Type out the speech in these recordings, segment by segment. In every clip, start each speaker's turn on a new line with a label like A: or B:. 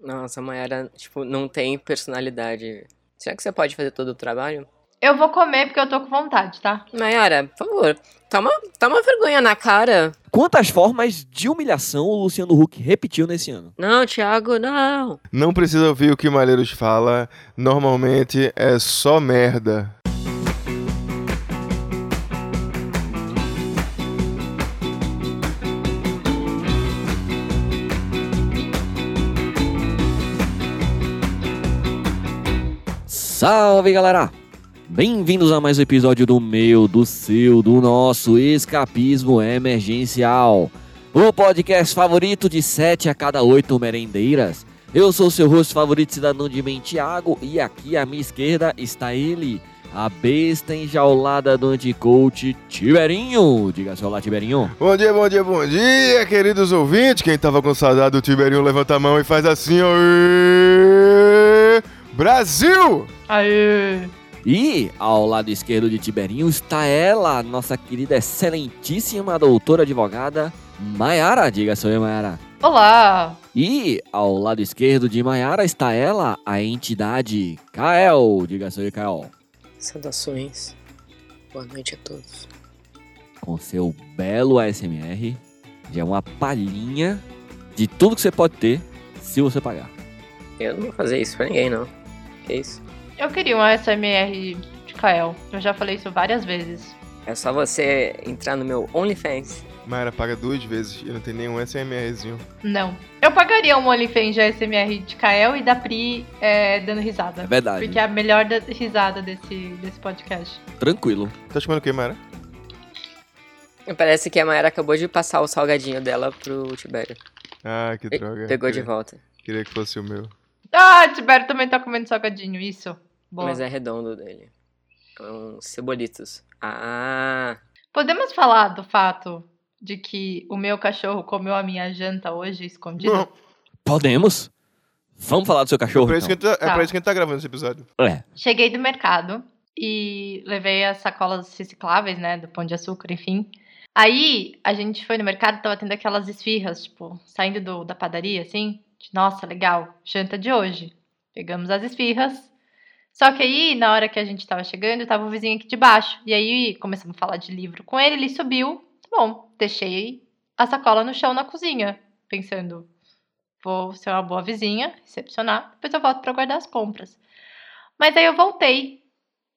A: Nossa, a Mayara, tipo, não tem personalidade. Será que você pode fazer todo o trabalho?
B: Eu vou comer porque eu tô com vontade, tá?
A: Mayara, por favor, toma, toma vergonha na cara.
C: Quantas formas de humilhação o Luciano Huck repetiu nesse ano?
A: Não, Thiago, não.
D: Não precisa ouvir o que o Malheiros fala. Normalmente é só merda.
C: Salve, galera! Bem-vindos a mais um episódio do meu, do seu, do nosso Escapismo Emergencial. O podcast favorito de 7 a cada 8 merendeiras. Eu sou o seu rosto favorito, cidadão de bem, Thiago, e aqui à minha esquerda está ele, a besta enjaulada do anticoach Tiberinho. Diga seu olá, Tiberinho.
D: Bom dia, bom dia, bom dia, queridos ouvintes. Quem tava com saudade do Tiberinho levanta a mão e faz assim, ó. Ê, Brasil!
B: Aê!
C: E ao lado esquerdo de Tiberinho está ela, nossa querida, excelentíssima doutora advogada Maiara. Diga seu oi, Maiara.
B: Olá!
C: E ao lado esquerdo de Maiara está ela, a entidade Kael. Diga seu oi, Kael.
A: Saudações. Boa noite a todos.
C: Com seu belo ASMR, já é uma palhinha de tudo que você pode ter se você pagar.
A: Eu não vou fazer isso pra ninguém, não. Que isso?
B: Eu queria um ASMR de Kael. Eu já falei isso várias vezes.
A: É só você entrar no meu OnlyFans.
D: Mayara paga duas vezes e não tem nenhum SMRzinho.
B: Não. Eu pagaria um OnlyFans de ASMR de Kael e da Pri é, dando risada.
C: É verdade.
B: Porque é a melhor da- risada desse, desse podcast.
C: Tranquilo.
D: Tá chamando o que, Mayara?
A: Parece que a Mayara acabou de passar o salgadinho dela pro Tibério.
D: Ah, que
A: Pe-
D: droga.
A: Pegou de
D: Queria-
A: volta.
D: Queria que fosse o meu.
B: Ah, Tibério também tá comendo salgadinho, isso. Bom.
A: Mas é redondo dele. É um cebolitos. Ah,
B: Podemos falar do fato de que o meu cachorro comeu a minha janta hoje escondida?
D: Não,
C: Podemos? Vamos falar do seu cachorro?
D: pra isso que a
C: então?
D: gente tá- é
B: Tá.
D: pra isso que a gente tá gravando esse episódio.
C: É,
B: Cheguei do mercado e levei as sacolas recicláveis, né? Do pão de açúcar, enfim. Aí a gente foi no mercado, tava tendo aquelas esfirras, tipo, saindo do- da padaria, assim. de, Nossa, legal, janta de hoje. Pegamos as esfirras. Só que aí, na hora que a gente tava chegando, tava o vizinho aqui de baixo. E aí começamos a falar de livro com ele, ele subiu. Tá bom, deixei a sacola no chão na cozinha, pensando, vou ser uma boa vizinha, recepcionar, depois eu volto pra guardar as compras. Mas aí eu voltei.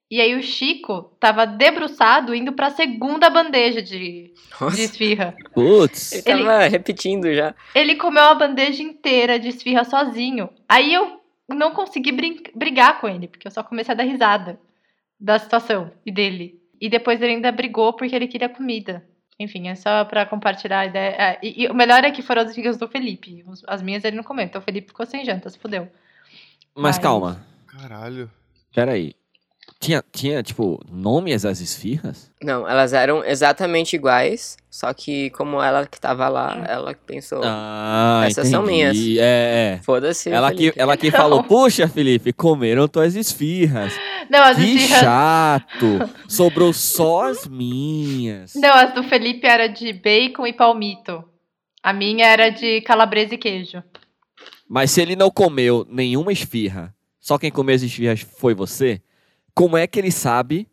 B: E aí o Chico tava debruçado indo pra segunda bandeja de, de
A: nossa.
B: esfirra.
A: Ele
C: putz.
B: Ele-
A: tava repetindo já.
B: Ele comeu a bandeja inteira de esfirra sozinho. Aí eu não consegui brin- brigar com ele, porque eu só comecei a dar risada da situação e dele. E depois ele ainda brigou porque ele queria comida. Enfim, é só pra compartilhar a ideia. Ah, E, e o melhor é que foram as esfirras do Felipe. Os- As minhas ele não comeu, então o Felipe ficou sem janta, se fudeu.
C: Mas
B: Vai.
C: calma.
D: Caralho.
C: Peraí. Tinha, tinha, tipo, nomes às esfirras?
A: Não, elas eram exatamente iguais, só que como ela que tava
D: Hum.
A: lá, ela que pensou,
C: Ah,
A: Essas são minhas.
C: É, é.
A: foda-se.
C: Ela que,
A: Felipe.
C: ela que falou, puxa, Felipe, comeram tuas esfirras.
B: Não, as
C: Que
B: esfirras.
C: chato. Sobrou só as minhas.
B: Não, as do Felipe era de bacon e palmito. A minha era de calabresa e queijo.
C: Mas se ele não comeu nenhuma esfirra, só quem comeu as esfirras foi você, como é que ele sabe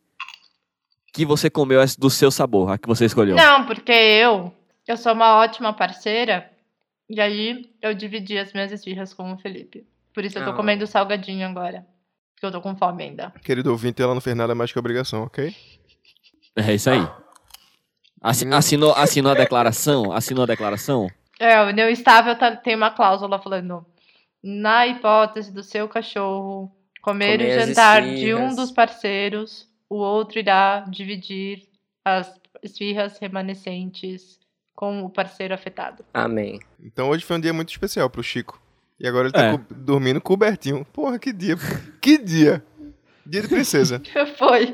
C: que você comeu as do seu sabor, a que você escolheu?
B: Não, porque eu, eu sou uma ótima parceira. E aí eu dividi as minhas esfirras com o Felipe. Por isso eu tô
A: Ah.
B: comendo salgadinho agora. Porque eu tô com fome ainda.
D: Querido ouvinte, ela não fez nada mais que obrigação, ok?
C: É isso aí. Assi- Assinou, assinou a declaração? Assinou a declaração?
B: É, o Neo Estável tá- tem uma cláusula falando. Na hipótese do seu cachorro comer,
A: Comer
B: o
A: as
B: jantar de um
A: esfirras."
B: dos parceiros, o outro irá dividir as esfirras remanescentes com o parceiro afetado.
A: Amém.
D: Então hoje foi um dia muito especial pro Chico. E agora ele tá
C: É.
D: cu- dormindo cobertinho. Porra, que dia. Que dia. Dia de princesa.
B: Foi.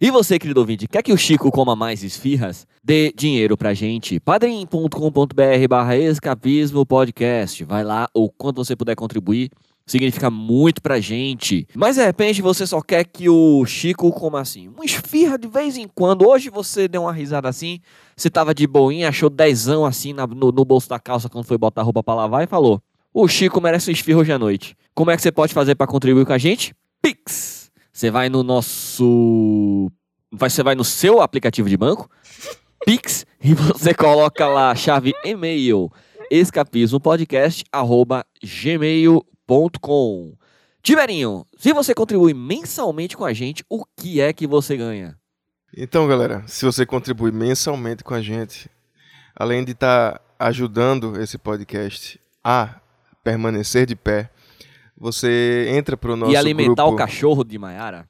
C: E você, querido ouvinte, quer que o Chico coma mais esfirras? Dê dinheiro pra gente. padrim.com.br barra escapismo podcast. Vai lá, ou quanto você puder contribuir, significa muito pra gente. Mas de repente você só quer que o Chico coma assim, uma esfirra de vez em quando. Hoje você deu uma risada assim, você tava de boinha, achou dezão assim na- no, no bolso da calça quando foi botar a roupa pra lavar e falou... O Chico merece um esfirro hoje à noite. Como é que você pode fazer para contribuir com a gente? Pix! Você vai no nosso. vai- Você vai no seu aplicativo de banco, Pix, e você coloca lá a chave e-mail escapismopodcast.gmail.com. Tiberinho, se você contribui mensalmente com a gente, o que é que você ganha?
D: Então, galera, se você contribui mensalmente com a gente, além de estar ajudando esse podcast a permanecer de pé, você entra pro nosso
C: e alimentar
D: grupo
C: o cachorro de Maiara?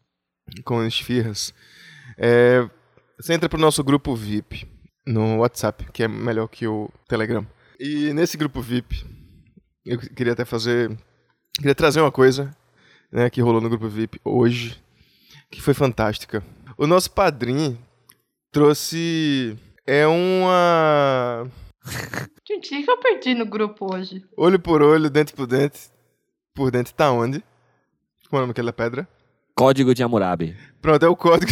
D: com esfirras. É, você entra pro nosso grupo VIP no WhatsApp, que é melhor que o Telegram. E nesse grupo VIP, eu queria até fazer, queria trazer uma coisa, né, que rolou no grupo VIP hoje, que foi fantástica. O nosso padrinho trouxe é uma
B: Gente, o que que eu perdi no grupo hoje?
D: olho por olho, dente por dente. Por dente tá onde? Qual é o nome daquela pedra?
C: Código de Hammurabi.
D: Pronto, é o código.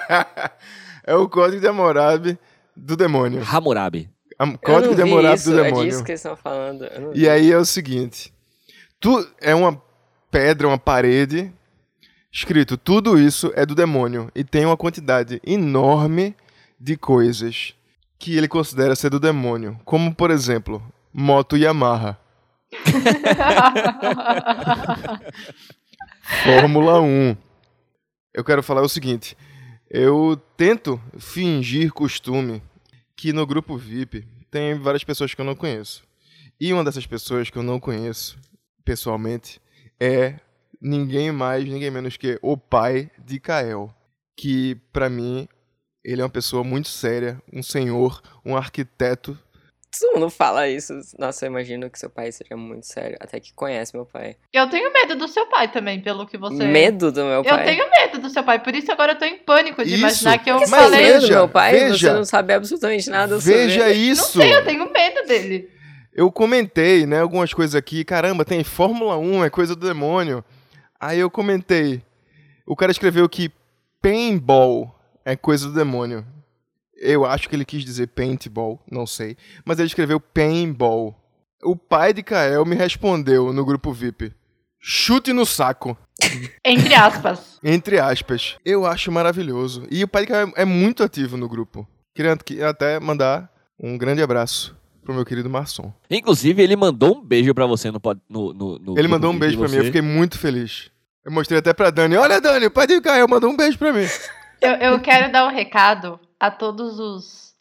D: é o código de Hammurabi do demônio.
C: Hammurabi.
D: Am-
A: Eu não
D: Código de
A: vi
D: Hammurabi
A: isso,
D: do
A: É
D: demônio.
A: disso que eles estão falando. Eu não vi.
D: E aí é o seguinte: tu é uma pedra, uma parede, escrito tudo isso é do demônio e tem uma quantidade enorme de coisas que ele considera ser do demônio, como por exemplo, moto Yamaha, Fórmula 1. Eu quero falar o seguinte: eu tento fingir costume que no grupo VIP tem várias pessoas que eu não conheço. E uma dessas pessoas que eu não conheço pessoalmente é ninguém mais, ninguém menos que o pai de Kael, que pra mim ele é uma pessoa muito séria, um senhor, um arquiteto.
A: Todo mundo fala isso. Nossa, eu imagino que seu pai seja muito sério. Até que conhece meu pai.
B: eu tenho medo do seu pai também, pelo que você.
A: Medo do meu
B: Eu
A: pai.
B: tenho medo do seu pai, por isso agora eu tô em pânico de
D: Isso.
B: imaginar que eu
A: que
D: Mas
A: você
D: é
A: tem
B: falei.
A: medo do
D: veja,
A: meu pai?
D: veja.
A: Você não sabe absolutamente nada sobre
D: Veja
A: ele.
B: Ah, Não
D: isso.
B: sei, eu tenho medo dele.
D: Eu comentei, né, algumas coisas aqui, caramba, tem Fórmula 1, é coisa do demônio. Aí eu comentei. O cara escreveu que paintball é coisa do demônio. Eu acho que ele quis dizer paintball, não sei. Mas ele escreveu paintball. O pai de Kael me respondeu no grupo VIP. Chute no saco,
B: Entre aspas.
D: entre aspas. Eu acho maravilhoso. E o pai de Kael é muito ativo no grupo. Queria que- até mandar um grande abraço pro meu querido Marçom.
C: Inclusive, ele mandou um beijo pra você no, pod- no, no- no-
D: Ele
C: no
D: mandou um
C: vídeo
D: beijo
C: de
D: pra mim,
C: você.
D: eu fiquei muito feliz. Eu mostrei até pra Dani. Olha, Dani, o pai de Caio mandou um beijo pra mim.
B: Eu, eu quero dar um recado a todos os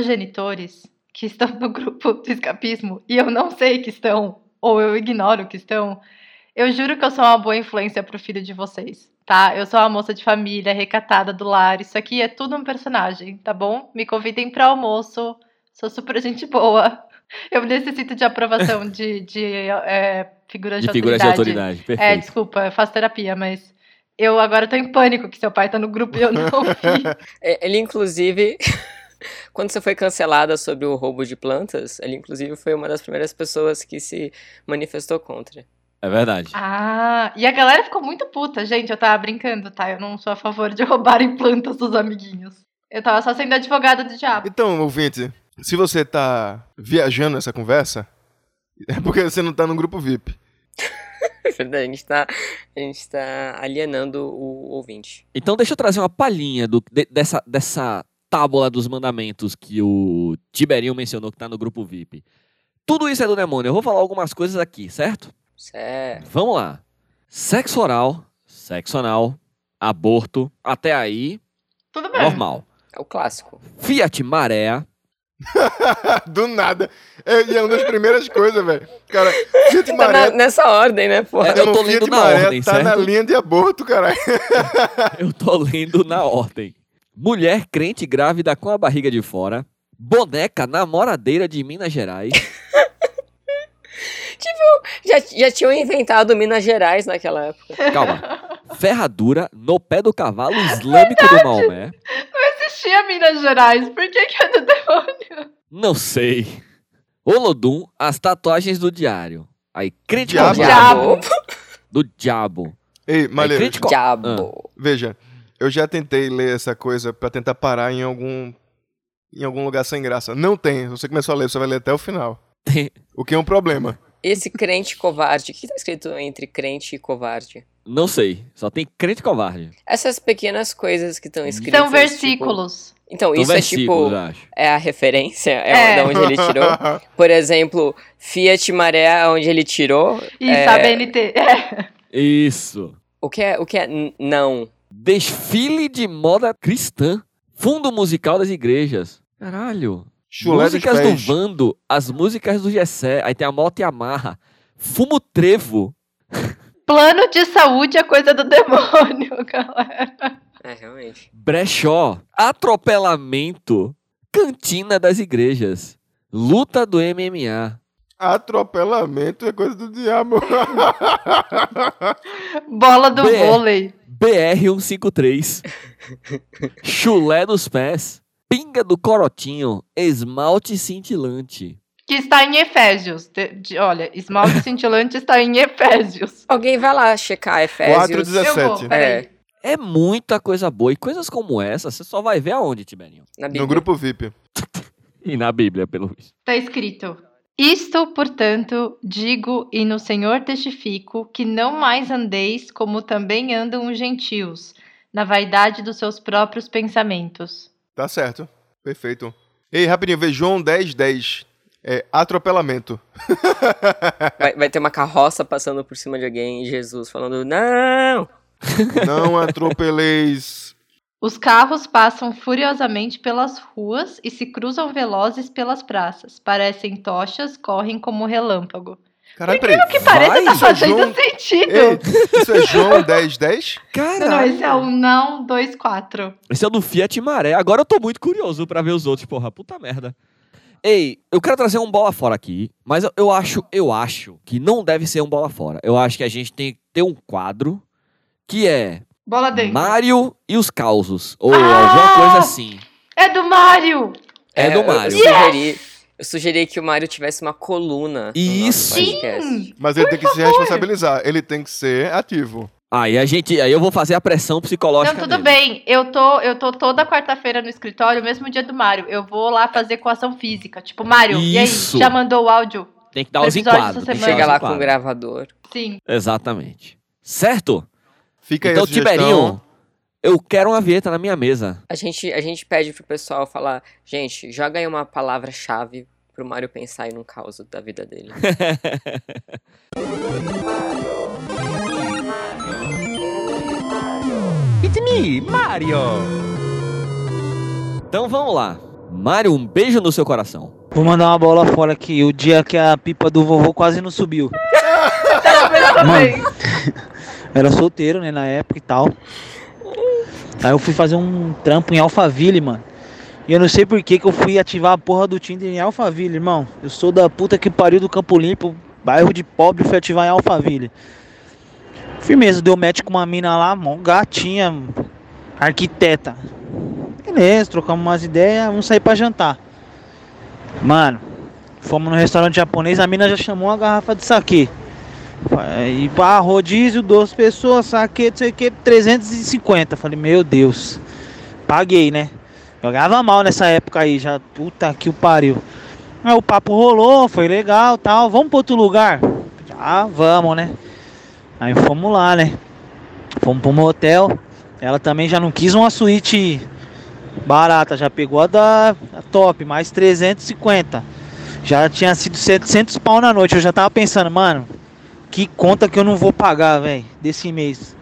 B: progenitores que estão no grupo do escapismo e eu não sei que estão, ou eu ignoro que estão. Eu juro que eu sou uma boa influência pro filho de vocês, tá? Eu sou uma moça de família, recatada do lar. Isso aqui é tudo um personagem, tá bom? Me convidem pra almoço. Sou super gente boa. Eu necessito de aprovação de, de é, figuras de,
C: De figuras de autoridade.
B: é,
C: Perfeito.
B: desculpa, eu faço terapia, mas eu agora tô em pânico que seu pai tá no grupo e eu não vi.
A: É, Ele, inclusive, quando você foi cancelada sobre o roubo de plantas, ele, inclusive, foi uma das primeiras pessoas que se manifestou contra.
C: É, verdade.
B: Ah, e a galera ficou muito puta, gente. Eu tava brincando, tá? Eu não sou a favor de roubarem plantas dos amiguinhos. Eu tava só sendo advogada do diabo.
D: Então, ouvinte, se você tá viajando nessa conversa, é porque você não tá num grupo VIP.
A: É verdade, a gente tá, a gente tá alienando o ouvinte.
C: Então, deixa eu trazer uma palhinha do- de- dessa, dessa tábua dos mandamentos que o Tiberinho mencionou que tá no grupo VIP. Tudo isso é do demônio. Eu vou falar algumas coisas aqui, certo?
A: Isso é...
C: Vamos lá. Sexo oral, sexo anal, aborto, até aí,
B: Tudo bem.
C: normal.
A: é o clássico.
C: Fiat Maré,
D: Do nada. É, e é uma das primeiras coisas, velho. Cara, Fiat
A: Tá
D: Maré.
A: na- nessa ordem, né, porra?
C: É, eu
D: meu
C: tô lendo
D: Fiat
C: na
D: Maré
C: ordem,
D: tá
C: certo?
D: na linha de aborto, caralho.
C: eu tô lendo na ordem. Mulher crente grávida com a barriga de fora, boneca namoradeira de Minas Gerais,
A: Já, já tinham inventado Minas Gerais naquela época.
C: calma, ferradura no pé do cavalo islâmico do Maomé,
B: Existia Minas Gerais, por que que eu não
C: não sei. Olodum, as tatuagens do diário. Aí, crente
D: Diabo.
C: com-
B: Diabo.
C: do diabo.
D: Ei, Maleiro,
C: É crítico? Ah.
A: Diabo.
D: veja. Eu já tentei ler essa coisa pra tentar parar em algum em algum lugar sem graça. Não tem. Você começou a ler, você vai ler até o final.
C: Tem-
D: O que é um problema.
A: Esse crente covarde, o que tá escrito entre crente e covarde?
C: Não sei. Só tem crente covarde.
A: Essas pequenas coisas que estão escritas.
B: São
A: tipo-
B: versículos.
A: Então,
C: São
A: isso é tipo.
C: versículos, eu acho.
A: É a referência? É,
B: É.
A: da onde ele tirou? Por exemplo, Fiat Maré, onde ele tirou.
B: E
C: É.
B: sabe a NT.
C: Isso.
A: O que é. O que é. n- Não.
C: Desfile de moda cristã. Fundo musical das igrejas. Caralho.
D: Chulé dos
C: músicas do
D: pés.
C: Vando, as músicas do Gessé, aí tem a Moto e Amarra, Fumo Trevo.
B: Plano de saúde é coisa do demônio, galera.
A: É, realmente.
C: Brechó, atropelamento, cantina das igrejas, luta do MMA.
D: Atropelamento é coisa do diabo.
B: Bola do
C: Bem.
B: vôlei.
C: BR-153. Chulé dos pés. Pinga do corotinho. Esmalte cintilante.
B: Que está em Efésios. Te- de- olha, esmalte cintilante está em Efésios.
A: Alguém vai lá checar Efésios.
D: 4,17.
B: Eu vou, peraí.
C: É muita coisa boa. E coisas como essa, você só vai ver aonde, Tiberinho?
A: Na Bíblia.
D: No grupo VIP.
C: E na Bíblia, pelo visto.
B: Está Tá escrito: Isto, portanto, digo e no Senhor testifico que não mais andeis como também andam os gentios, na vaidade dos seus próprios pensamentos.
D: Tá certo. Perfeito. Ei, rapidinho, vê João 10, 10. É atropelamento.
A: Vai, vai ter uma carroça passando por cima de alguém e Jesus falando: Não!
D: Não atropeleis.
B: Os carros passam furiosamente pelas ruas e se cruzam velozes pelas praças. Parecem tochas, correm como relâmpago.
D: Caralho, peraí.
B: O que parece
C: Vai,
B: tá
D: isso é
B: fazendo
D: João-
B: sentido.
D: Ei, isso é João 10, 10?
B: Não,
C: Caralho.
B: não, esse é o não 24.
C: Esse é o do Fiat Maré. Agora eu tô muito curioso pra ver os outros, porra. Puta merda. Ei, eu quero trazer um bola fora aqui, mas eu, eu acho, eu acho que não deve ser um bola fora. Eu acho que a gente tem que ter um quadro que é
B: Bola dentro.
C: Mario e os causos ou
B: Ah!
C: alguma coisa assim.
B: É do Mário!
C: É do
A: eu-
C: Mário.
A: Eu, sugeri, eu sugeri que o Mário tivesse uma coluna. no nosso
C: Isso.
A: podcast.
B: Sim!
D: Mas ele tem que se responsabilizar. Ele tem que ser ativo.
C: Aí a gente, aí eu vou fazer a pressão
B: Não,
C: psicológica.
B: Então, tudo
C: dele.
B: bem. Eu tô, eu tô toda quarta-feira no escritório, mesmo dia do Mário. Eu vou lá fazer coação física. Tipo, Mário, e aí?
C: Isso.
B: Já mandou o áudio?
C: Tem que dar os
B: No episódio
C: enquadros.
B: dessa
C: tem que
B: semana.
A: Chega
C: dar os
A: lá com o
C: enquadros.
A: gravador.
B: Sim.
C: Exatamente. Certo?
D: Fica aí
C: então,
D: a sugestão.
C: Tiberinho, eu quero uma vinheta na minha mesa.
A: A gente, a gente pede pro pessoal falar: Gente, joga aí uma palavra-chave pro Mário pensar aí num caos da vida dele.
C: Então vamos lá. Mário, um beijo no seu coração.
E: Vou mandar uma bola fora aqui. O dia que a pipa do vovô quase não subiu. Mano, era solteiro, né, na época e tal. Aí eu fui fazer um trampo em Alphaville, mano. E eu não sei por que que eu fui ativar a porra do Tinder em Alphaville, irmão. Eu sou da puta que pariu do Campo Limpo, bairro de pobre, fui ativar em Alphaville. Firmeza, deu match com uma mina lá, mó gatinha, arquiteta. Beleza, trocamos umas ideias, vamos sair pra jantar. Mano, fomos no restaurante japonês, a mina já chamou uma garrafa de saquê. E pá, rodízio, 12 pessoas, saque, não sei o que, 350. Falei, meu Deus. Paguei, né? Jogava mal nessa época aí, já. Puta que o pariu. Aí o papo rolou, foi legal tal. Vamos pra outro lugar? Ah, vamos, né? Aí fomos lá, né? Fomos pro motel. Ela também já não quis uma suíte barata, já pegou a da a top, mais 350. Já tinha sido 700 pau na noite. Eu já tava pensando, mano, que conta que eu não vou pagar, velho, desse mês.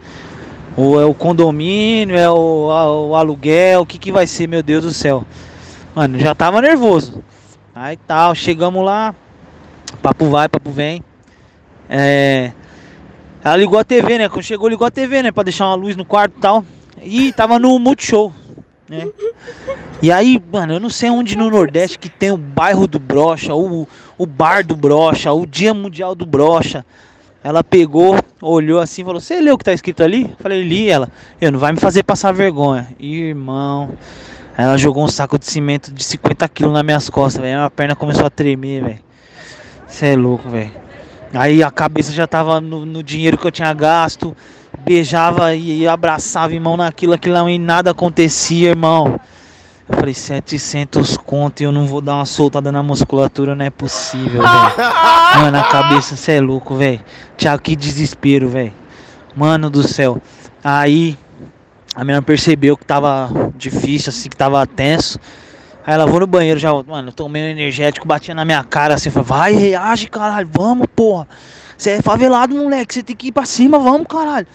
E: Ou é o condomínio, é o, a- o aluguel, o que que vai ser, meu Deus do céu. Mano, já tava nervoso. Aí tal, chegamos lá, papo vai, papo vem. É, Ela ligou a TV, né? Quando chegou, ligou a TV, né? Pra deixar uma luz no quarto e tal. E tava no Multishow, né? E aí, mano, eu não sei onde no Nordeste que tem o bairro do Brocha, o, o bar do Brocha, o Dia Mundial do Brocha. Ela pegou, olhou assim e falou: Você leu o que tá escrito ali? Eu falei: Li ela. Eu não vai me fazer passar vergonha. Irmão. Ela jogou um saco de cimento de 50 quilos nas minhas costas, velho. Minha perna começou a tremer, velho. Você é louco, velho. Aí a cabeça já tava no, no dinheiro que eu tinha gasto. Beijava e, e abraçava, irmão, naquilo, aquilo lá, e nada acontecia, irmão. Eu falei, 700 conto e eu não vou dar uma soltada na musculatura, não é possível, velho. Mano, a cabeça, você é louco, velho. Tiago, que desespero, velho. Mano do céu. Aí, a menina percebeu que tava difícil, assim, que tava tenso. Aí ela, vou no banheiro já, mano, eu tomei um energético, batia na minha cara, assim, falei, vai, reage, caralho, vamos, porra. Você é favelado, moleque, você tem que ir pra cima, vamos, caralho.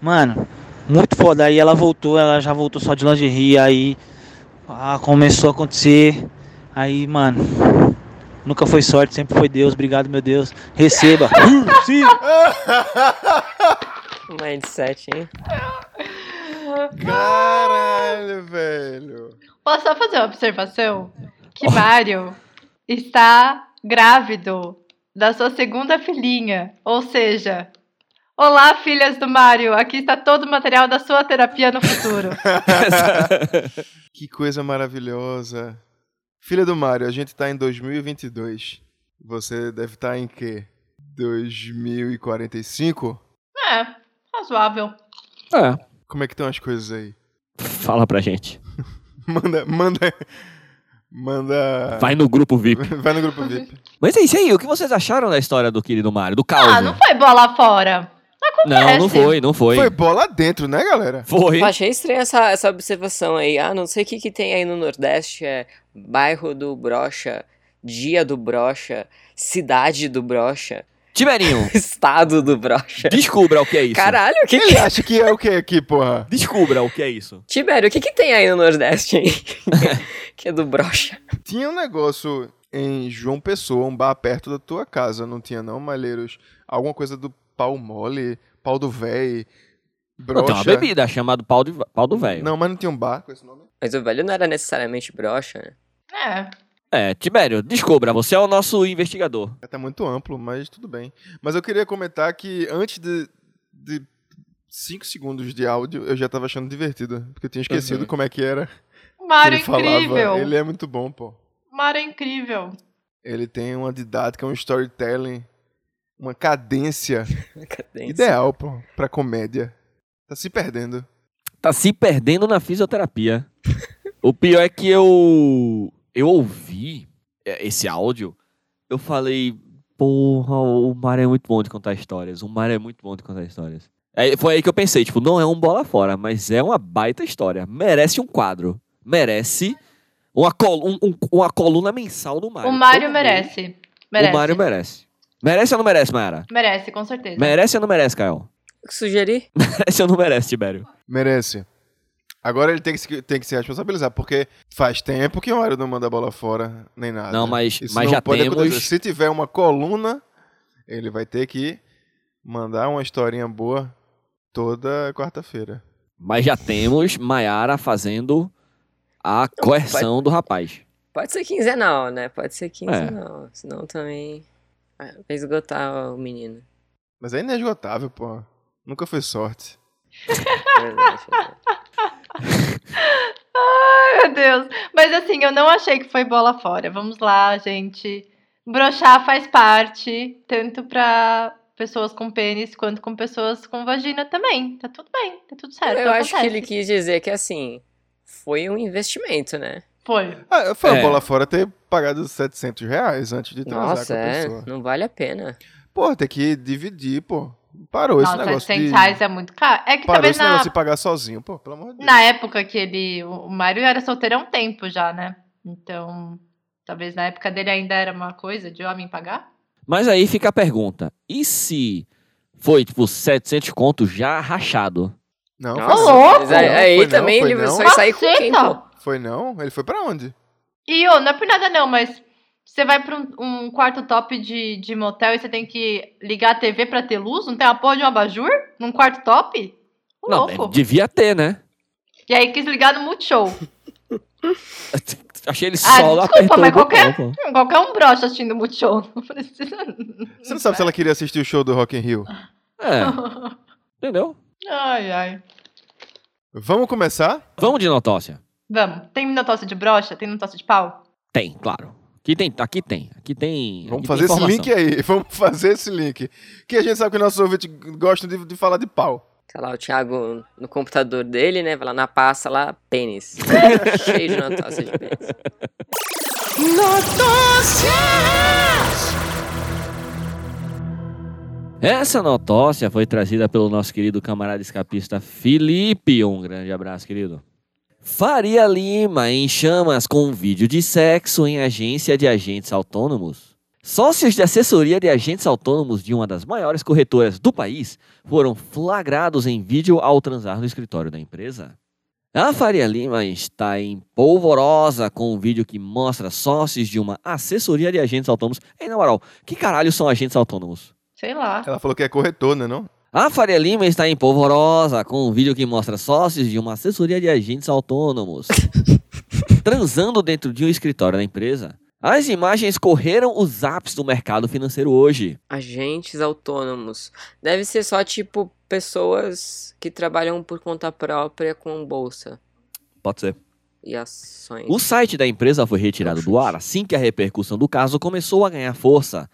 E: Mano, muito foda. Aí ela voltou, ela já voltou só de lingerie, aí ah, começou a acontecer. Aí, mano, nunca foi sorte, sempre foi Deus. Obrigado, meu Deus. Receba. Hum, Sim.
A: Um Mindset, hein?
D: Caralho, velho.
B: Posso só fazer uma observação? Que Mário está grávido da sua segunda filhinha. Ou seja, olá, filhas do Mário. Aqui está todo o material da sua terapia no futuro.
D: Que coisa maravilhosa. Filha do Mário, a gente tá em 2022. Você deve estar em quê? 2045?
B: é, razoável.
C: É,
D: Como é que estão as coisas aí?
C: fala pra gente.
D: Manda, manda, manda.
C: Vai no grupo VIP.
D: Vai no grupo VIP.
C: Mas é isso aí, o que vocês acharam da história do querido Mário, do caos?
B: Ah, não foi bola fora.
C: não, não
B: acontece.
C: foi, não foi.
D: Foi bola dentro, né, galera?
C: Foi.
A: Eu achei estranha essa, essa observação aí. Ah, não sei o que, que tem aí no Nordeste. É bairro do Brocha, dia do Brocha, cidade do Brocha,
C: Tiberinho,
A: estado do Brocha.
C: descubra o que é isso.
A: Caralho, o que que...
D: Ele acha que é o que aqui, porra?
C: Descubra o que é isso.
A: Tibério, o que que tem aí no Nordeste, hein? que é do Brocha.
D: Tinha um negócio em João Pessoa, um bar perto da tua casa, não tinha não, Malheiros? Alguma coisa do pau mole, pau do véi, brocha.
C: Não, tem uma bebida chamada pau, de, pau do velho.
D: Não, mas não tinha um bar com esse nome?
A: Mas o velho não era necessariamente Brocha, né?
B: É.
C: É, Tibério, descubra, você é o nosso investigador.
D: É, Tá muito amplo, mas tudo bem. Mas eu queria comentar que antes de... de... Cinco segundos de áudio eu já tava achando divertido, porque eu tinha esquecido
A: Uhum.
D: como é que era. que
B: Mário
D: ele falava.
B: incrível.
D: Ele é muito bom, pô.
B: Mário é incrível.
D: Ele tem uma didática, um storytelling, uma cadência
A: Cadência.
D: ideal, pô, pra comédia. Tá se perdendo.
C: Tá se perdendo na fisioterapia. o pior é que eu. Eu ouvi é, esse áudio, eu falei. Porra, o Mário é muito bom de contar histórias. O Mário é muito bom de contar histórias. Aí, foi aí que eu pensei, tipo, não é um bola fora, mas é uma baita história. Merece um quadro. Merece uma, col um- um- uma coluna mensal do Mário.
B: o Mário
C: Todo mês.
B: merece. Merece.
C: O Mário merece. Merece ou não merece, Mayara?
B: Merece, com certeza.
C: Merece ou não merece, Caio?
A: O que sugeri?
C: Merece ou não merece, Tibério?
D: Merece. Agora ele tem que, se- tem que se responsabilizar, porque faz tempo que o Mário não manda a bola fora, nem nada.
C: Não, mas-
D: Isso
C: mas
D: não
C: já
D: pode
C: temos-
D: acontecer. Se tiver uma coluna, ele vai ter que mandar uma historinha boa toda quarta-feira.
C: Mas já temos Maiara fazendo a coerção do rapaz.
A: Pode ser quinzenal, né? Pode ser quinzenal. Senão também ah, vai esgotar o menino.
D: Mas é inesgotável, pô. Nunca foi sorte.
A: Verdade, verdade.
B: Ai, meu Deus. Mas assim, eu não achei que foi bola fora. Vamos lá, gente. Brochar faz parte, tanto pra pessoas com pênis quanto com pessoas com vagina também. Tá tudo bem, tá tudo certo.
A: Eu acho que
B: acontece.
A: ele quis dizer que assim, foi um investimento, né?
B: Foi.
D: Ah, foi a
C: É.
D: bola fora ter pagado 700 reais antes de transar
A: Nossa,
D: com a
A: é,
D: pessoa.
A: não vale a pena.
D: Pô, tem que dividir, pô. Parou esse
B: Nossa,
D: negócio
B: 100
D: de...
B: reais é muito caro. É que
D: Parou
B: talvez
D: esse
B: na,
D: negócio de pagar sozinho, pô. Pelo amor de Deus.
B: na época que ele. O Mário era solteiro há um tempo já, né? Então, talvez na época dele ainda era uma coisa de homem pagar.
C: Mas aí fica a pergunta: e se foi tipo 700 contos já rachado?
D: Não,
A: Nossa,
D: foi
B: Ô, louco!
A: mas aí,
D: Não,
A: aí
D: foi não,
A: também
D: foi
A: ele
D: não.
A: só ia sair com quem, pô?
B: Caceta!
D: Foi não? Ele foi pra onde?
B: E ô, não é por nada não, mas você vai pra um, um quarto top de, de motel e você tem que ligar a TV pra ter luz? Não tem a porra de um abajur? Num quarto top? Ô,
C: Não,
B: louco.
C: devia ter, né?
B: E aí quis ligar no Multishow. Hum,
C: Achei ele só lá
B: Ah, desculpa,
C: apertou
B: mas
C: o botão,
B: qualquer-
C: pô.
B: Hum, Qualquer um brocha assistindo Multishow. assim, Não precisa... hum."
D: Você não sabe se ela queria assistir o show do Rock in Rio.
C: É, entendeu?
B: ai, ai.
D: Vamos começar?
C: Vamos de notócia.
B: Vamos. Tem minotócia de brocha? Tem minotócia de pau?
C: Tem, claro. Aqui tem, aqui tem, aqui tem.
D: Vamos
C: aqui
D: fazer
C: tem
D: esse
C: informação.
D: link aí. Vamos fazer esse link. Que a gente sabe que nossos ouvintes gostam de, de falar de pau.
A: sei lá, o Thiago no computador dele, né? Vai lá na pasta lá, pênis. Cheio de notócia de pênis.
C: Essa notócia foi trazida pelo nosso querido camarada escapista Felipe. Um grande abraço, querido. Faria Lima em chamas com um vídeo de sexo em agência de agentes autônomos. Sócios de assessoria de agentes autônomos de uma das maiores corretoras do país foram flagrados em vídeo ao transar no escritório da empresa. A Faria Lima está em polvorosa com um vídeo que mostra sócios de uma assessoria de agentes autônomos. Ei, na moral, que caralho são agentes autônomos?
B: Sei lá.
D: Ela falou que é corretor, né? Não?
C: A Faria Lima está em polvorosa com um vídeo que mostra sócios de uma assessoria de agentes autônomos transando dentro de um escritório da empresa. As imagens correram os apps do mercado financeiro hoje.
A: Agentes autônomos. Deve ser só, tipo, pessoas que trabalham por conta própria com bolsa
C: Pode ser.
A: e ações.
C: O site da empresa foi retirado do ar assim que a repercussão do caso começou a ganhar força.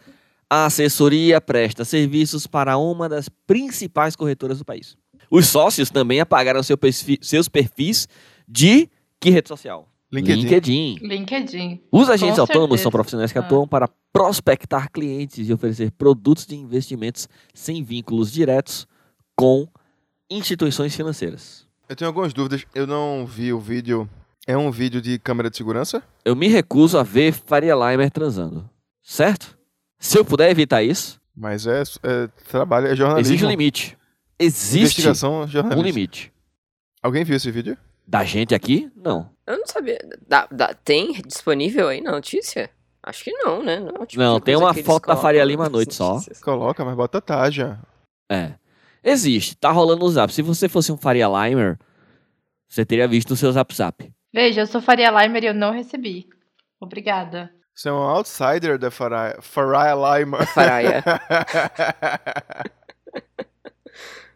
C: A assessoria presta serviços para uma das principais corretoras do país. Os sócios também apagaram seu perfil- seus perfis de que rede social?
D: LinkedIn.
C: LinkedIn.
B: LinkedIn.
C: Os agentes
B: Com
C: autônomos são
B: certeza.
C: profissionais que
B: Ah.
C: atuam para prospectar clientes e oferecer produtos de investimentos sem vínculos diretos com instituições financeiras.
D: Eu tenho algumas dúvidas. Eu não vi o vídeo. É um vídeo de câmera de segurança?
C: Eu me recuso a ver Faria Limer transando, certo? Se eu puder evitar isso,
D: Mas é, é trabalho, é jornalismo.
C: existe um limite. Existe
D: Investigação
C: um
D: jornalista.
C: limite.
D: Alguém viu esse vídeo?
C: Da gente aqui, não.
A: Eu não sabia. Dá- dá- tem disponível aí na notícia? Acho que não, né? Não, é o tipo
C: Não,
A: de
C: tem
A: coisa
C: uma
A: que eles
C: foto da Faria
A: colocam
C: Lima à
A: nas
C: noite só.
A: notícias.
D: Coloca, mas bota tarja.
C: É. Existe, tá rolando os apps. Se você fosse um Faria Limer, você teria visto o seu zap zap.
B: Veja, eu sou Faria Limer e eu não recebi. Obrigada.
D: Você é um outsider da Farai- Farai Lima.
A: Faraia.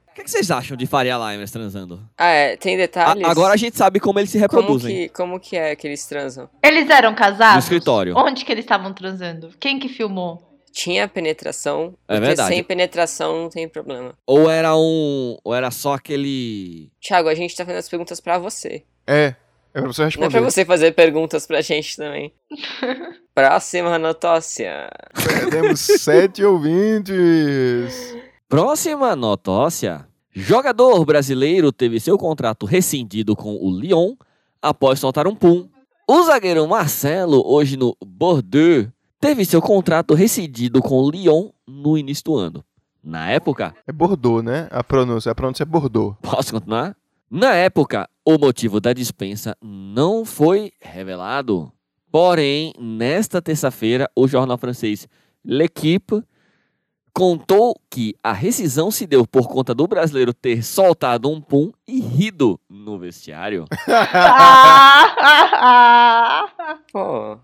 C: O que, que vocês acham de Faria Limer transando?
A: Ah, é, tem
C: A-
A: detalhes?
C: agora a gente sabe como eles se
A: como
C: reproduzem
A: que, como que é que eles transam?
B: Eles eram
C: no
B: casados?
C: escritório.
B: Onde que eles estavam transando? Quem que filmou?
A: Tinha penetração?
C: É
A: porque
C: verdade.
A: sem penetração não tem problema.
C: Ou era um. Ou era só aquele.
A: Thiago, a gente tá fazendo as perguntas pra você.
D: É, é pra você
A: Não é
D: responder.
A: pra você fazer perguntas pra gente também. Próxima notócia.
D: Perdemos sete ouvintes.
C: Próxima notócia. Jogador brasileiro teve seu contrato rescindido com o Lyon após soltar um pum. O zagueiro Marcelo, hoje no Bordeaux, teve seu contrato rescindido com o Lyon no início do ano. Na época,
D: É Bordeaux, né? A pronúncia. A pronúncia é Bordeaux.
C: Posso continuar? Na época, o motivo da dispensa não foi revelado. Porém, nesta terça-feira, o jornal francês L'Equipe contou que a rescisão se deu por conta do brasileiro ter soltado um pum e rido no vestiário.
B: Ah!
A: Pô,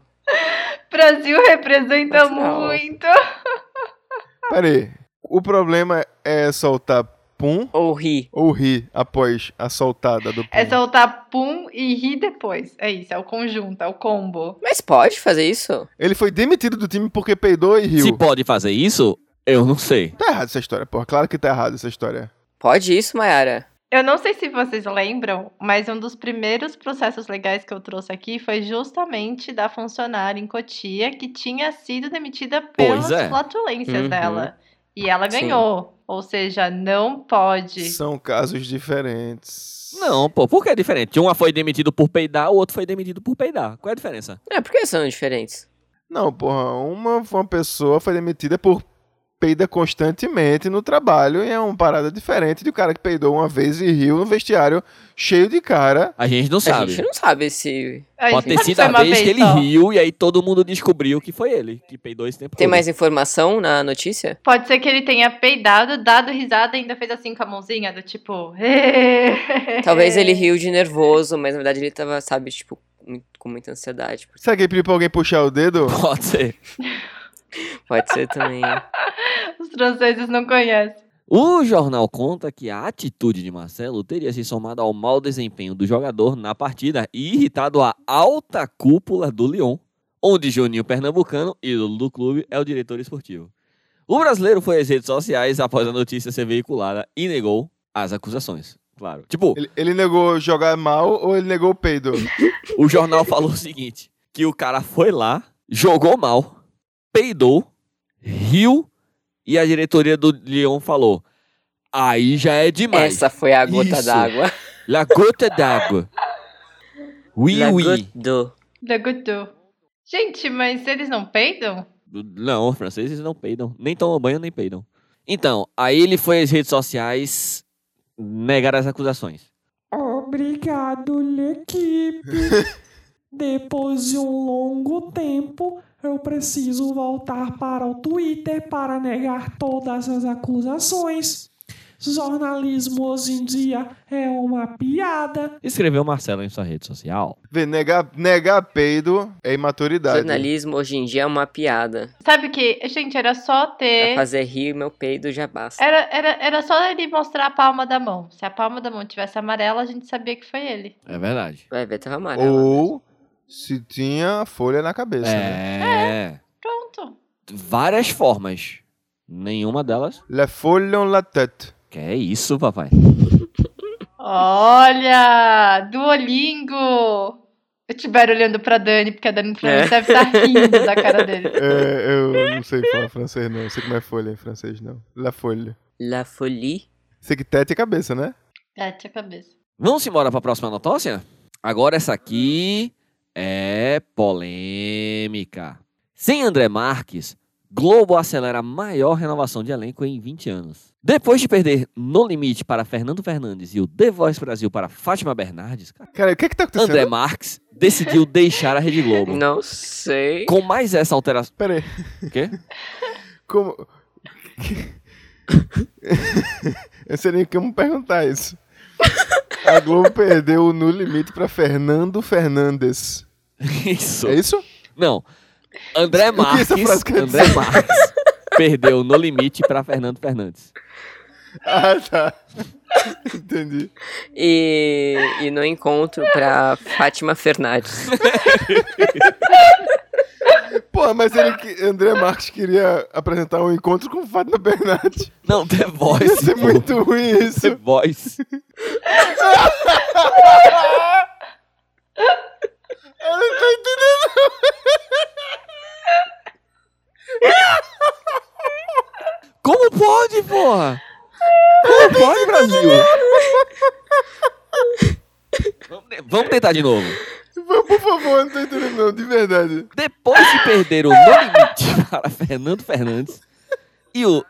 B: Brasil representa
A: Não.
B: muito.
D: Pera aí. O problema é soltar pum
A: ou ri.
D: ou rir após a soltada do pum?
B: É soltar pum e rir depois. É isso, é o conjunto, é o combo.
A: Mas pode fazer isso?
D: Ele foi demitido do time porque peidou e riu.
C: Se pode fazer isso, eu não sei.
D: Tá errado essa história, porra. Claro que tá errado essa história.
A: Pode isso, Mayara?
B: Eu não sei se vocês lembram, mas um dos primeiros processos legais que eu trouxe aqui foi justamente da funcionária em Cotia que tinha sido demitida pelas
C: Pois é.
B: flatulências
A: Uhum.
B: dela. E ela
A: Sim.
B: ganhou. Ou seja, não pode.
D: São casos diferentes.
C: Não, pô, por que é diferente? Um foi demitido por peidar, o outro foi demitido por peidar. Qual é a diferença?
A: É, por que são diferentes?
D: Não, porra, uma, uma pessoa foi demitida por peida constantemente no trabalho e é uma parada diferente de um cara que peidou uma vez e riu no vestiário cheio de cara.
C: A gente não
A: A
C: sabe.
A: gente não sabe se
B: Ai,
C: Pode ter
B: gente,
C: sido
B: foi
C: a
B: uma
C: vez, que ele
B: só.
C: riu e aí todo mundo descobriu que foi ele que peidou esse tempo
A: Tem
C: todo.
A: mais informação na notícia?
B: Pode ser que ele tenha peidado, dado risada e ainda fez assim com a mãozinha, do tipo.
A: Talvez ele riu de nervoso, mas na verdade ele tava, sabe, tipo, muito- com muita ansiedade.
D: Será que ele pediu pra alguém puxar o dedo?
C: Pode ser.
A: Pode ser também.
B: Os franceses não conhecem.
C: O jornal conta que a atitude de Marcelo teria se somado ao mau desempenho do jogador na partida e irritado a alta cúpula do Lyon, onde Juninho Pernambucano, ídolo do clube, é o diretor esportivo. O brasileiro foi às redes sociais após a notícia ser veiculada e negou as acusações. Claro. Tipo,
D: Ele, ele negou jogar mal ou ele negou o peido?
C: o jornal falou o seguinte: que o cara foi lá, jogou mal, peidou, riu, e a diretoria do Lyon falou: aí já é demais.
A: Essa foi a gota
C: Isso.
A: d'água.
C: La gota d'água. Oui,
A: La
C: oui.
A: goutte d'eau.
B: Da Gutu. Gente, mas eles não peidam?
C: Não, os franceses não peidam. Nem tomam banho, nem peidam. Então, aí ele foi às redes sociais negar as acusações.
F: Obrigado, equipe. Depois de um longo tempo, eu preciso voltar para o Twitter para negar todas as acusações. Jornalismo hoje em dia é uma piada.
C: Escreveu Marcelo em sua rede social.
D: Vê, negar, negar peido é imaturidade.
A: Jornalismo hoje em dia é uma piada.
B: Sabe o que? Gente, era só
A: Pra
B: ter.
A: É fazer rir, meu peido já basta.
B: Era, era, era só ele mostrar a palma da mão. Se a palma da mão tivesse amarela, a gente sabia que foi ele.
C: É verdade.
A: Vai ver, tava amarelo.
D: Ou se tinha a folha na cabeça. Né?
C: É.
B: Pronto.
C: Várias formas. Nenhuma delas.
D: La folha en la tête.
C: Que é isso, papai.
B: Olha! Duolingo! Eu estiver olhando pra Dani, porque a Dani
A: É.
B: Fernandes deve estar rindo da cara dele.
D: É, eu não sei falar francês, não. Eu sei como é folha em francês, não. La folha.
A: La folie.
D: Sei que tête é cabeça, né?
B: É, tinha cabeça.
C: Vamos embora pra próxima notócia? Agora essa aqui é polêmica. Sem André Marques, Globo acelera a maior renovação de elenco em 20 anos. Depois de perder No Limite para Fernando Fernandes e o The Voice Brasil para Fátima Bernardes, cara,
D: Cara, o que é que tá acontecendo?
C: André Marques decidiu deixar a Rede Globo.
A: Não sei.
C: Com mais essa alteração.
D: Pera aí.
C: O quê?
D: Como. eu sei nem como perguntar isso. A Globo perdeu o No Limite pra Fernando Fernandes.
C: Isso.
D: É isso?
C: Não. André
D: que
C: Marques.
D: essa frase quer
C: André Marques perdeu No Limite para Fernando Fernandes.
D: Ah, tá. Entendi.
A: E, e no encontro pra Fátima Fernandes.
D: Porra, mas ele, que- André Marques queria apresentar um encontro com Fátima Bernardes.
C: Não, The
D: Ia
C: Voice.
D: ser
C: pô.
D: muito ruim
C: The
D: isso.
C: Voice.
D: Eu não tô entendendo.
C: Como pode, porra? Como pode, Brasil? Vamos te- Vamos tentar de novo.
D: Vamos, por favor, eu não tô entendendo, não, de verdade.
C: Depois de perder o No Limite para Fernando Fernandes e o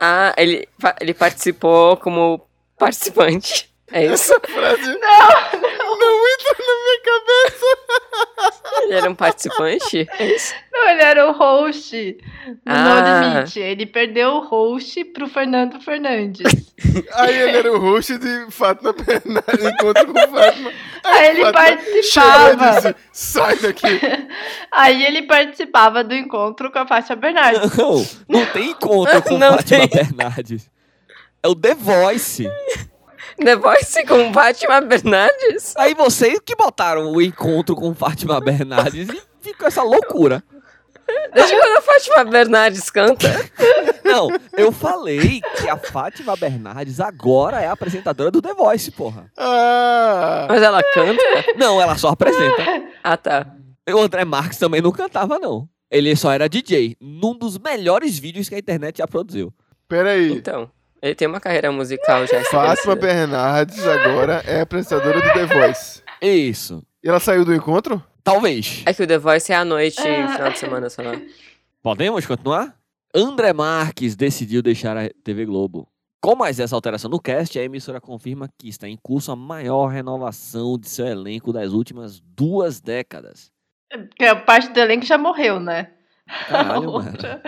A: Ah, ele, fa- ele participou como participante. É isso?
D: Brasil. Não, não. entra na minha cabeça.
A: Ele era um participante? É isso?
B: Não, ele era o host do
A: Ah.
B: No Limite. Ele perdeu o host pro Fernando Fernandes.
D: Aí ele era o host de Fátima Bernardes, encontro com Fátima.
B: Aí ele
D: chegou
B: participava.
D: e disse, Sai daqui.
B: Aí ele participava do encontro com a Fátima Bernardes.
C: Não, não tem encontro com
A: Não
C: Fátima
A: tem.
C: Bernardes. É o The Voice.
A: The Voice com Fátima Bernardes?
C: Aí vocês que botaram o encontro com Fátima Bernardes e ficou essa loucura.
A: Desde quando a Fátima Bernardes canta?
C: Não, eu falei que a Fátima Bernardes agora é a apresentadora do The Voice, porra.
D: Ah,
A: Mas ela canta?
C: Não, ela só apresenta.
A: Ah, tá.
C: O André Marques também não cantava, não. Ele só era DJ, num dos melhores vídeos que a internet já produziu.
D: peraí.
A: Então, ele tem uma carreira musical já.
D: Fátima
A: estabelecida.
D: Bernardes agora é apresentadora do The Voice.
C: Isso.
D: E ela saiu do encontro?
C: Talvez.
A: É que o The Voice é à noite,
B: Ah.
A: final de semana só.
C: Podemos continuar? André Marques decidiu deixar a TV Globo. Com mais essa alteração no cast, a emissora confirma que está em curso a maior renovação de seu elenco das últimas duas décadas.
B: Porque a parte do elenco já morreu, né?
C: Caralho, mano.
B: outra.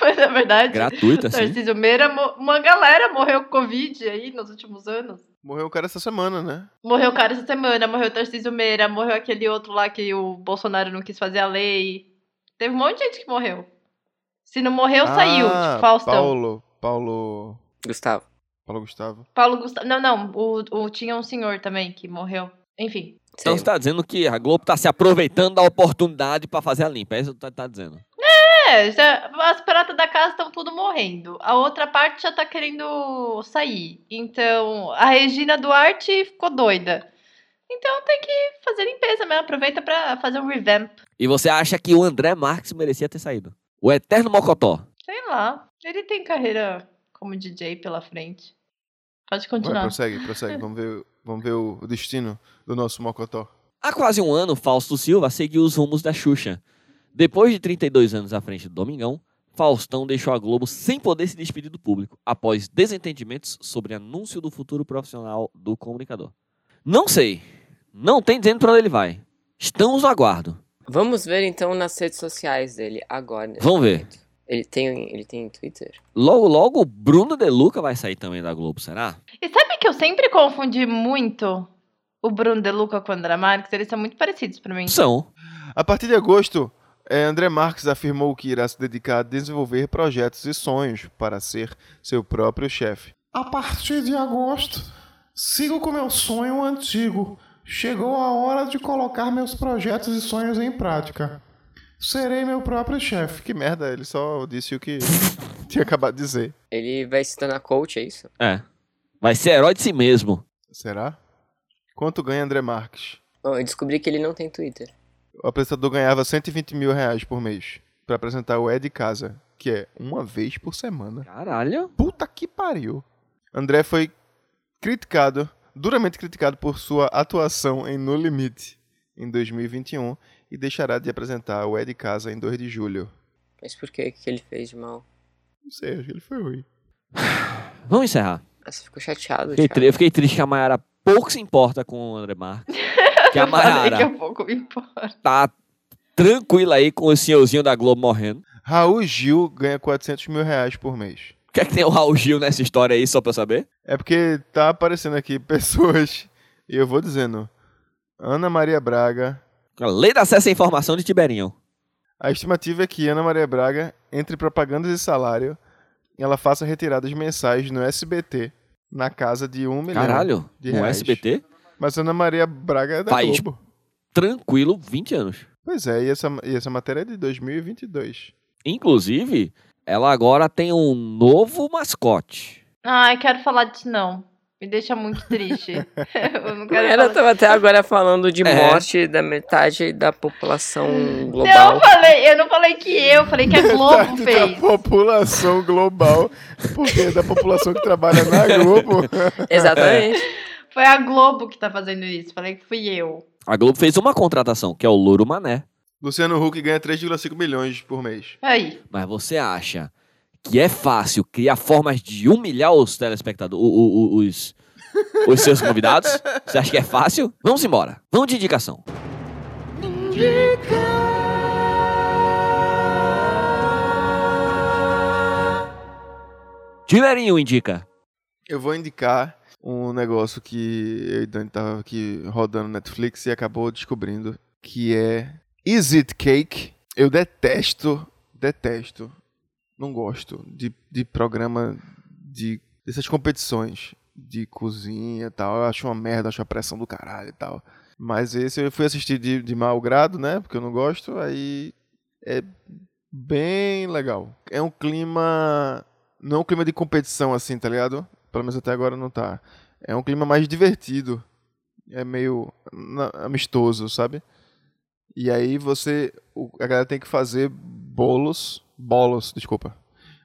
B: Mas na verdade,
C: Gratuito,
B: o
C: assim.
B: Tarcísio Meira, mo- uma galera morreu com Covid aí nos últimos anos.
D: Morreu o cara essa semana, né?
B: Morreu o cara essa semana, morreu o Tarcísio Meira, morreu aquele outro lá que o Bolsonaro não quis fazer a lei. Teve um monte de gente que morreu. Se não morreu, saiu.
D: Ah,
B: Tipo, Faustão. Paulo,
D: Paulo, Paulo,
A: Gustavo.
D: Paulo Gustavo.
B: Gustavo. Não, não. O, o- tinha um senhor também que morreu. Enfim.
C: Então você tá dizendo que a Globo tá se aproveitando da oportunidade pra fazer a limpa. É isso que tu tá, tá dizendo.
B: É, já- as pratas da casa estão tudo morrendo. A outra parte já tá querendo sair. Então, a Regina Duarte ficou doida. Então tem que fazer limpeza mesmo. Aproveita pra fazer um revamp.
C: E você acha que o André Marques merecia ter saído? O eterno mocotó.
B: Sei lá. Ele tem carreira como DJ pela frente. Pode
D: Vai,
B: continuar.
D: prossegue, prossegue. Vamos ver, vamos ver o destino do nosso mocotó.
C: Há quase um ano, Fausto Silva seguiu os rumos da Xuxa. Depois de 32 anos à frente do Domingão, Faustão deixou a Globo sem poder se despedir do público, após desentendimentos sobre anúncio do futuro profissional do comunicador. Não sei. Não tem dizendo pra onde ele vai. Estamos no aguardo.
A: Vamos ver então nas redes sociais dele agora. nesse
C: Vamos ver.
A: momento. Ele tem, ele tem Twitter?
C: Logo, logo, o Bruno De Luca vai sair também da Globo, será?
B: E sabe que eu sempre confundi muito o Bruno De Luca com o André Marques? Eles são muito parecidos pra mim.
C: São.
D: A partir de agosto, eh, André Marques afirmou que irá se dedicar a desenvolver projetos e sonhos para ser seu próprio chefe.
F: A partir de agosto, sigo com meu sonho antigo. Chegou a hora de colocar meus projetos e sonhos em prática. Serei meu próprio chefe.
D: Que merda, ele só disse o que tinha acabado de dizer.
A: Ele vai se tornar coach, é isso?
C: É. Vai ser herói de si mesmo.
D: Será? Quanto ganha André Marques?
A: Bom, eu descobri que ele não tem Twitter.
D: O apresentador ganhava 120 mil reais por mês para apresentar o É de Casa, que é uma vez por semana.
C: Caralho.
D: Puta que pariu. André foi criticado, duramente criticado por sua atuação em No Limite em 2021 e deixará de apresentar o É de Casa em 2 de julho.
A: Mas por que que ele fez de mal?
D: Não sei, acho que ele foi ruim.
C: Vamos encerrar.
A: Ah, você ficou chateado,
C: Fiquei tri-
A: Thiago.
C: eu fiquei triste que a Mayara pouco se importa com o André Marques. Que é a
B: Eu falei que
C: Mayara
B: eu pouco me importo.
C: tá tranquila aí com o senhorzinho da Globo morrendo.
D: Raul Gil ganha 400 mil reais por mês.
C: O que é que tem o Raul Gil nessa história aí, só pra eu saber?
D: É porque tá aparecendo aqui pessoas, e eu vou dizendo, Ana Maria Braga,
C: A lei da acesso à informação de Tiberinho.
D: A estimativa é que Ana Maria Braga, entre propagandas e salário, ela faça retiradas mensais no SBT, na casa de um milhão.
C: Caralho,
D: de
C: no
D: reais.
C: SBT,
D: Mas Ana Maria Braga é da
C: Faz.
D: Globo.
C: tranquilo, 20 anos.
D: Pois é, e essa, e essa matéria é de 2022.
C: Inclusive, ela agora tem um novo mascote.
B: Ai, Ah, quero falar disso não. Me deixa muito triste. eu não quero
A: Ela tá
B: falar.
A: tava até agora falando de
C: É.
A: morte da metade da população
B: Não, eu
A: global. Tá,
B: falei, eu não falei que eu, falei que a Globo
D: Da
B: fez.
D: população global, porque é da população que trabalha na Globo.
C: É.
A: Exatamente.
B: Foi a Globo que tá fazendo isso. Falei que fui eu.
C: A Globo fez uma contratação, que é o Louro Mané.
D: Luciano Huck ganha 3,5 milhões por mês.
B: Aí.
C: Mas você acha que é fácil criar formas de humilhar os telespectadores, o- o- o- os, os seus convidados? Você acha que é fácil? Vamos embora. Vamos de indicação. Tilerinho indica.
D: Eu vou indicar um negócio que eu e Dani tava aqui rodando Netflix e acabou descobrindo, que é Is It Cake? Eu detesto, detesto, não gosto de, de programa de dessas competições de cozinha e tal. Eu acho uma merda, acho a pressão do caralho e tal. Mas esse eu fui assistir de, de mau grado, né? Porque eu não gosto, aí é bem legal. É um clima. Não é um clima de competição assim, tá ligado? Pelo menos até agora não tá. É um clima mais divertido. É meio na- amistoso, sabe? E aí você. o- A galera tem que fazer bolos. Bolos, desculpa.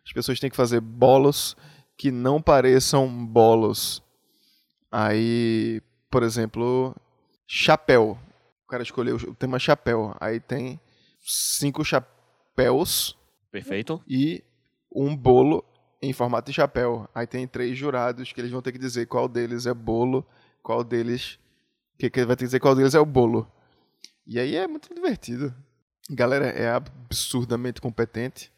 D: As pessoas têm que fazer bolos que não pareçam bolos. Aí, por exemplo, chapéu. O cara escolheu o tema chapéu. Aí tem cinco chapéus
C: Perfeito.
D: e um bolo em formato de chapéu. Aí tem três jurados que eles vão ter que dizer qual deles é bolo, qual deles. Que, que vai ter que dizer qual deles é o bolo. E aí é muito divertido. Galera é absurdamente competente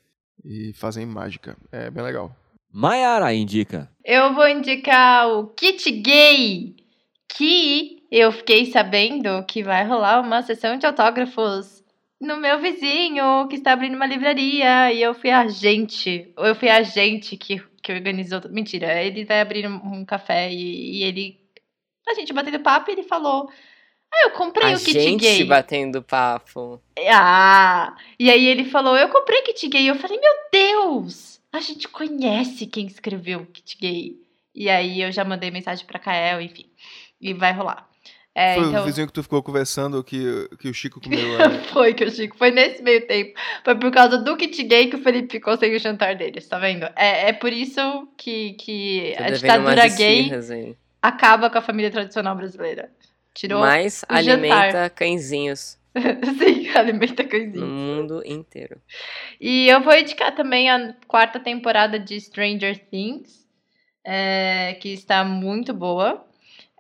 D: e fazem mágica. É bem legal.
C: Maiara indica.
B: Eu vou indicar o kit gay. Que eu fiquei sabendo que vai rolar uma sessão de autógrafos no meu vizinho, que está abrindo uma livraria. E eu fui a gente. Ou eu fui a gente que, que organizou. tá Mentira, ele vai abrir um, um café e, e ele. A gente batendo papo e ele falou. Ah, eu comprei
A: a
B: o kit
A: gente
B: gay.
A: batendo papo.
B: Ah! E aí ele falou, eu comprei kit gay. Eu falei, meu Deus! A gente conhece quem escreveu o kit gay. E aí eu já mandei mensagem pra Kael, enfim. E vai rolar. É,
D: Foi um
B: então,
D: o vizinho que tu ficou conversando que, que o Chico comeu. é. a-
B: foi que eu digo, foi nesse meio tempo. Foi por causa do kit gay que o Felipe ficou sem o jantar deles, tá vendo? É, é por isso que, que
A: Tô
B: a
A: devendo umas
B: ditadura gay
A: esfirras aí.
B: acaba com a família tradicional brasileira. Tirou.
A: Mas
B: o um jantar.
A: alimenta cãezinhos
B: Sim, alimenta
A: no
B: coisinha.
A: mundo inteiro.
B: E eu vou indicar também a quarta temporada de Stranger Things, é, que está muito boa.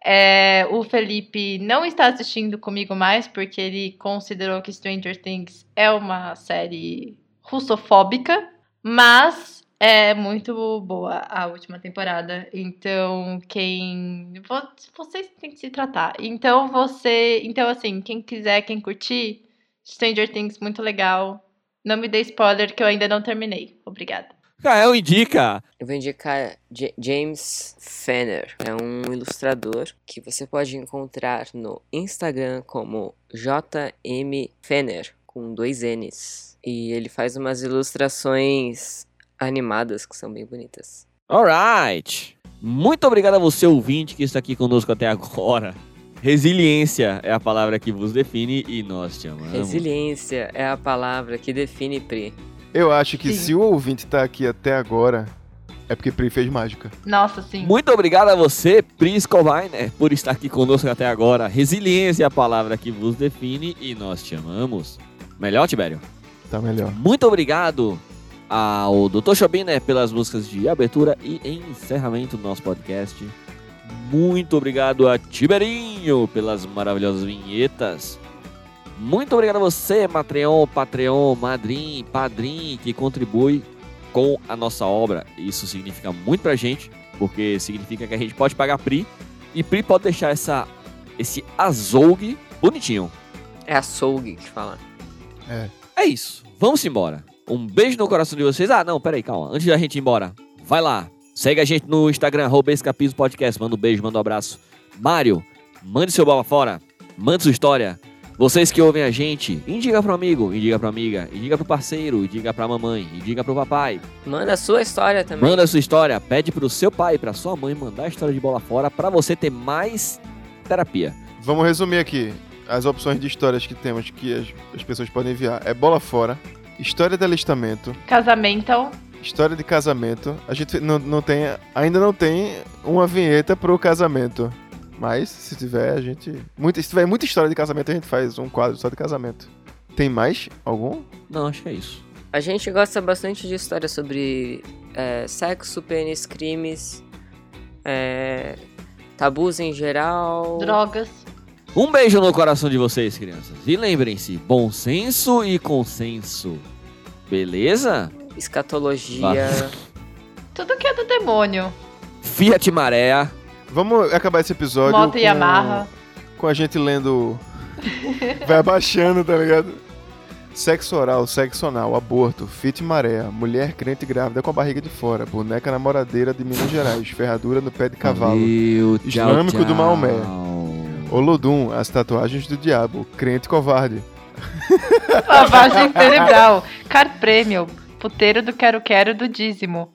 B: É, o Felipe não está assistindo comigo mais, porque ele considerou que Stranger Things é uma série russofóbica, mas é muito boa a última temporada. Então, quem. vo- Vocês têm que se tratar. Então, você. Então, assim, quem quiser, quem curtir, Stranger Things, muito legal. Não me dê spoiler que eu ainda não terminei. Obrigada.
C: Cael indica.
A: Eu vou indicar J- James Fenner. É um ilustrador que você pode encontrar no Instagram como JM Fenner, com dois N's. E ele faz umas ilustrações animadas que são bem bonitas.
C: Alright. Muito obrigado a você, ouvinte, que está aqui conosco até agora. Resiliência é a palavra que vos define e nós te amamos.
A: Resiliência é a palavra que define Pri.
D: Eu acho que
B: Sim.
D: se o ouvinte tá aqui até agora, é porque Pri fez mágica.
B: Nossa, sim.
C: Muito obrigado a você, Pris Colbiner, por estar aqui conosco até agora. Resiliência é a palavra que vos define e nós te amamos. Melhor, Tibério?
D: Tá melhor.
C: Muito obrigado ao Dr. Chobiner pelas músicas de abertura e encerramento do nosso podcast. Muito obrigado a Tiberinho pelas maravilhosas vinhetas. Muito obrigado a você, Matreon, Patreon, Madrim, Padrim, que contribui com a nossa obra. Isso significa muito pra gente, porque significa que a gente pode pagar Pri e Pri pode deixar essa, esse azougue bonitinho.
A: É açougue que fala.
C: É isso. Vamos embora. Um beijo no coração de vocês. Ah, não, peraí, calma. Antes da gente ir embora, vai lá. Segue a gente no Instagram, arroba Escapismo Podcast. Manda um beijo, manda um abraço. Mário, mande seu bola fora. Mande sua história. Vocês que ouvem a gente, indica pro amigo, indica pra amiga, indica pro parceiro, indica pra mamãe, indica pro papai.
A: Manda a sua história também.
C: Manda sua história, pede pro seu pai, pra sua mãe mandar a história de bola fora pra você ter mais terapia.
D: Vamos resumir aqui as opções de histórias que temos que as, as pessoas podem enviar. É bola fora, história de alistamento,
B: Casamento.
D: história de casamento. A gente não, não tem, ainda não tem uma vinheta pro casamento. Mas se tiver, a gente. Muita, se tiver muita história de casamento, a gente faz um quadro só de casamento. Tem mais? Algum?
C: Não, acho que é isso.
A: A gente gosta bastante de histórias sobre é, sexo, pênis, crimes, é, tabus em geral.
B: Drogas.
C: Um beijo no coração de vocês, crianças. E lembrem-se, bom senso e consenso. Beleza?
A: Escatologia.
B: Tudo que é do demônio.
C: Fiat Maré.
D: Vamos acabar esse episódio.
B: Moto
D: com-
B: e amarra.
D: com a gente lendo. Vai abaixando, tá ligado? Sexo oral, sexo anal, aborto, fit maré, mulher crente grávida com a barriga de fora, boneca namoradeira de Minas Gerais, ferradura no pé de cavalo,
C: Valeu, tchau,
D: Islâmico do
C: tchau.
D: Maomé. Olodum, as tatuagens do diabo, crente covarde.
B: Lavagem cerebral. Car Premium. Puteiro do Quero Quero do Dízimo.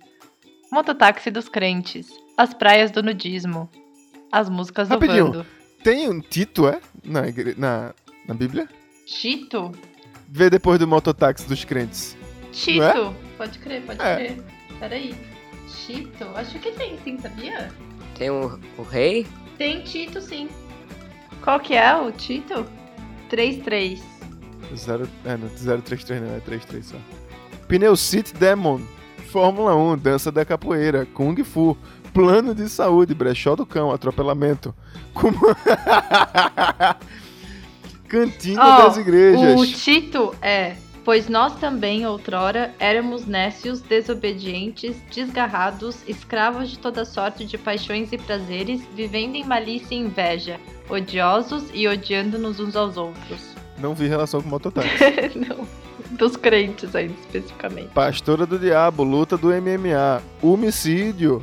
B: Mototáxi dos crentes. As praias do nudismo. As músicas do
D: Rapidinho.
B: bando.
D: Tem um Tito, é? Na, igre- na, na Bíblia?
B: Chito?
D: é? Vê depois do mototáxi dos crentes.
B: Chito.
D: Não
B: Pode crer, pode
D: É.
B: crer. Peraí. Chito? Acho que tem sim, sabia?
A: Tem o, o rei?
B: Tem Tito sim. Qual que é o Tito? 3-3.
D: Zero, é, não, 033 não, é 33 só. Pneu City Demon, Fórmula 1, Dança da Capoeira, Kung Fu, Plano de Saúde, Brechó do Cão, Atropelamento, Como... Cantina
B: Ó,
D: das Igrejas.
B: O Tito é. Pois nós também, outrora, éramos nécios, desobedientes, desgarrados, escravos de toda sorte de paixões e prazeres, vivendo em malícia e inveja, odiosos e odiando-nos uns aos outros.
D: Não vi relação com mototáxi.
B: Não, dos crentes ainda, especificamente.
D: Pastora do Diabo, Luta do MMA, Homicídio,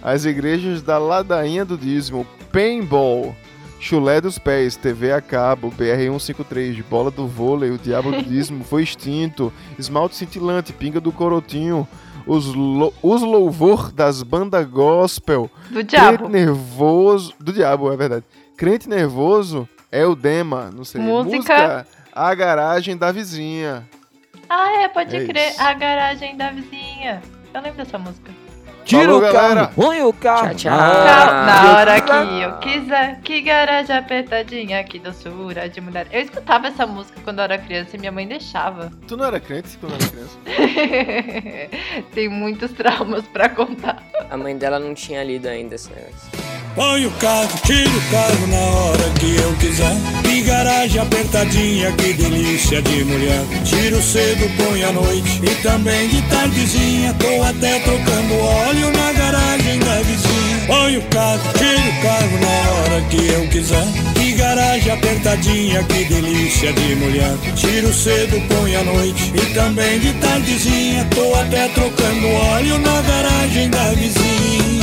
D: As Igrejas da Ladainha do Dízimo, Paintball, Chulé dos Pés, TV a cabo, BR-153, Bola do Vôlei, O Diabo do Dízimo foi extinto, Esmalte Cintilante, Pinga do Corotinho, Os, lo os Louvor das Bandas Gospel,
B: Do diabo.
D: Crente Nervoso, do Diabo, é verdade. Crente Nervoso é o Dema, não sei.
B: Música.
D: A Garagem da Vizinha.
B: Ah, é, pode
D: É
B: crer.
D: isso.
B: A garagem da vizinha. Eu lembro dessa música.
C: Tira
D: Falou,
C: o carro,
D: galera.
C: põe o carro.
A: Tchau, tchau.
B: Cal-
A: Ah.
B: Na hora que eu quiser, que garagem apertadinha, que doçura de mulher. Eu escutava essa música quando eu era criança e minha mãe deixava.
D: Tu não era crente quando era criança?
B: Tem muitos traumas pra contar.
A: A mãe dela não tinha lido ainda esse negócio.
G: Põe o carro, tira o carro na hora que eu quiser. Que garagem apertadinha, que delícia de mulher. Tiro cedo, põe à noite e também de tardezinha. Tô até trocando óleo na garagem da vizinha. Põe o carro, tira o carro na hora que eu quiser. Que garagem apertadinha, que delícia de mulher. Tiro cedo, põe à noite e também de tardezinha. Tô até trocando óleo na garagem da vizinha.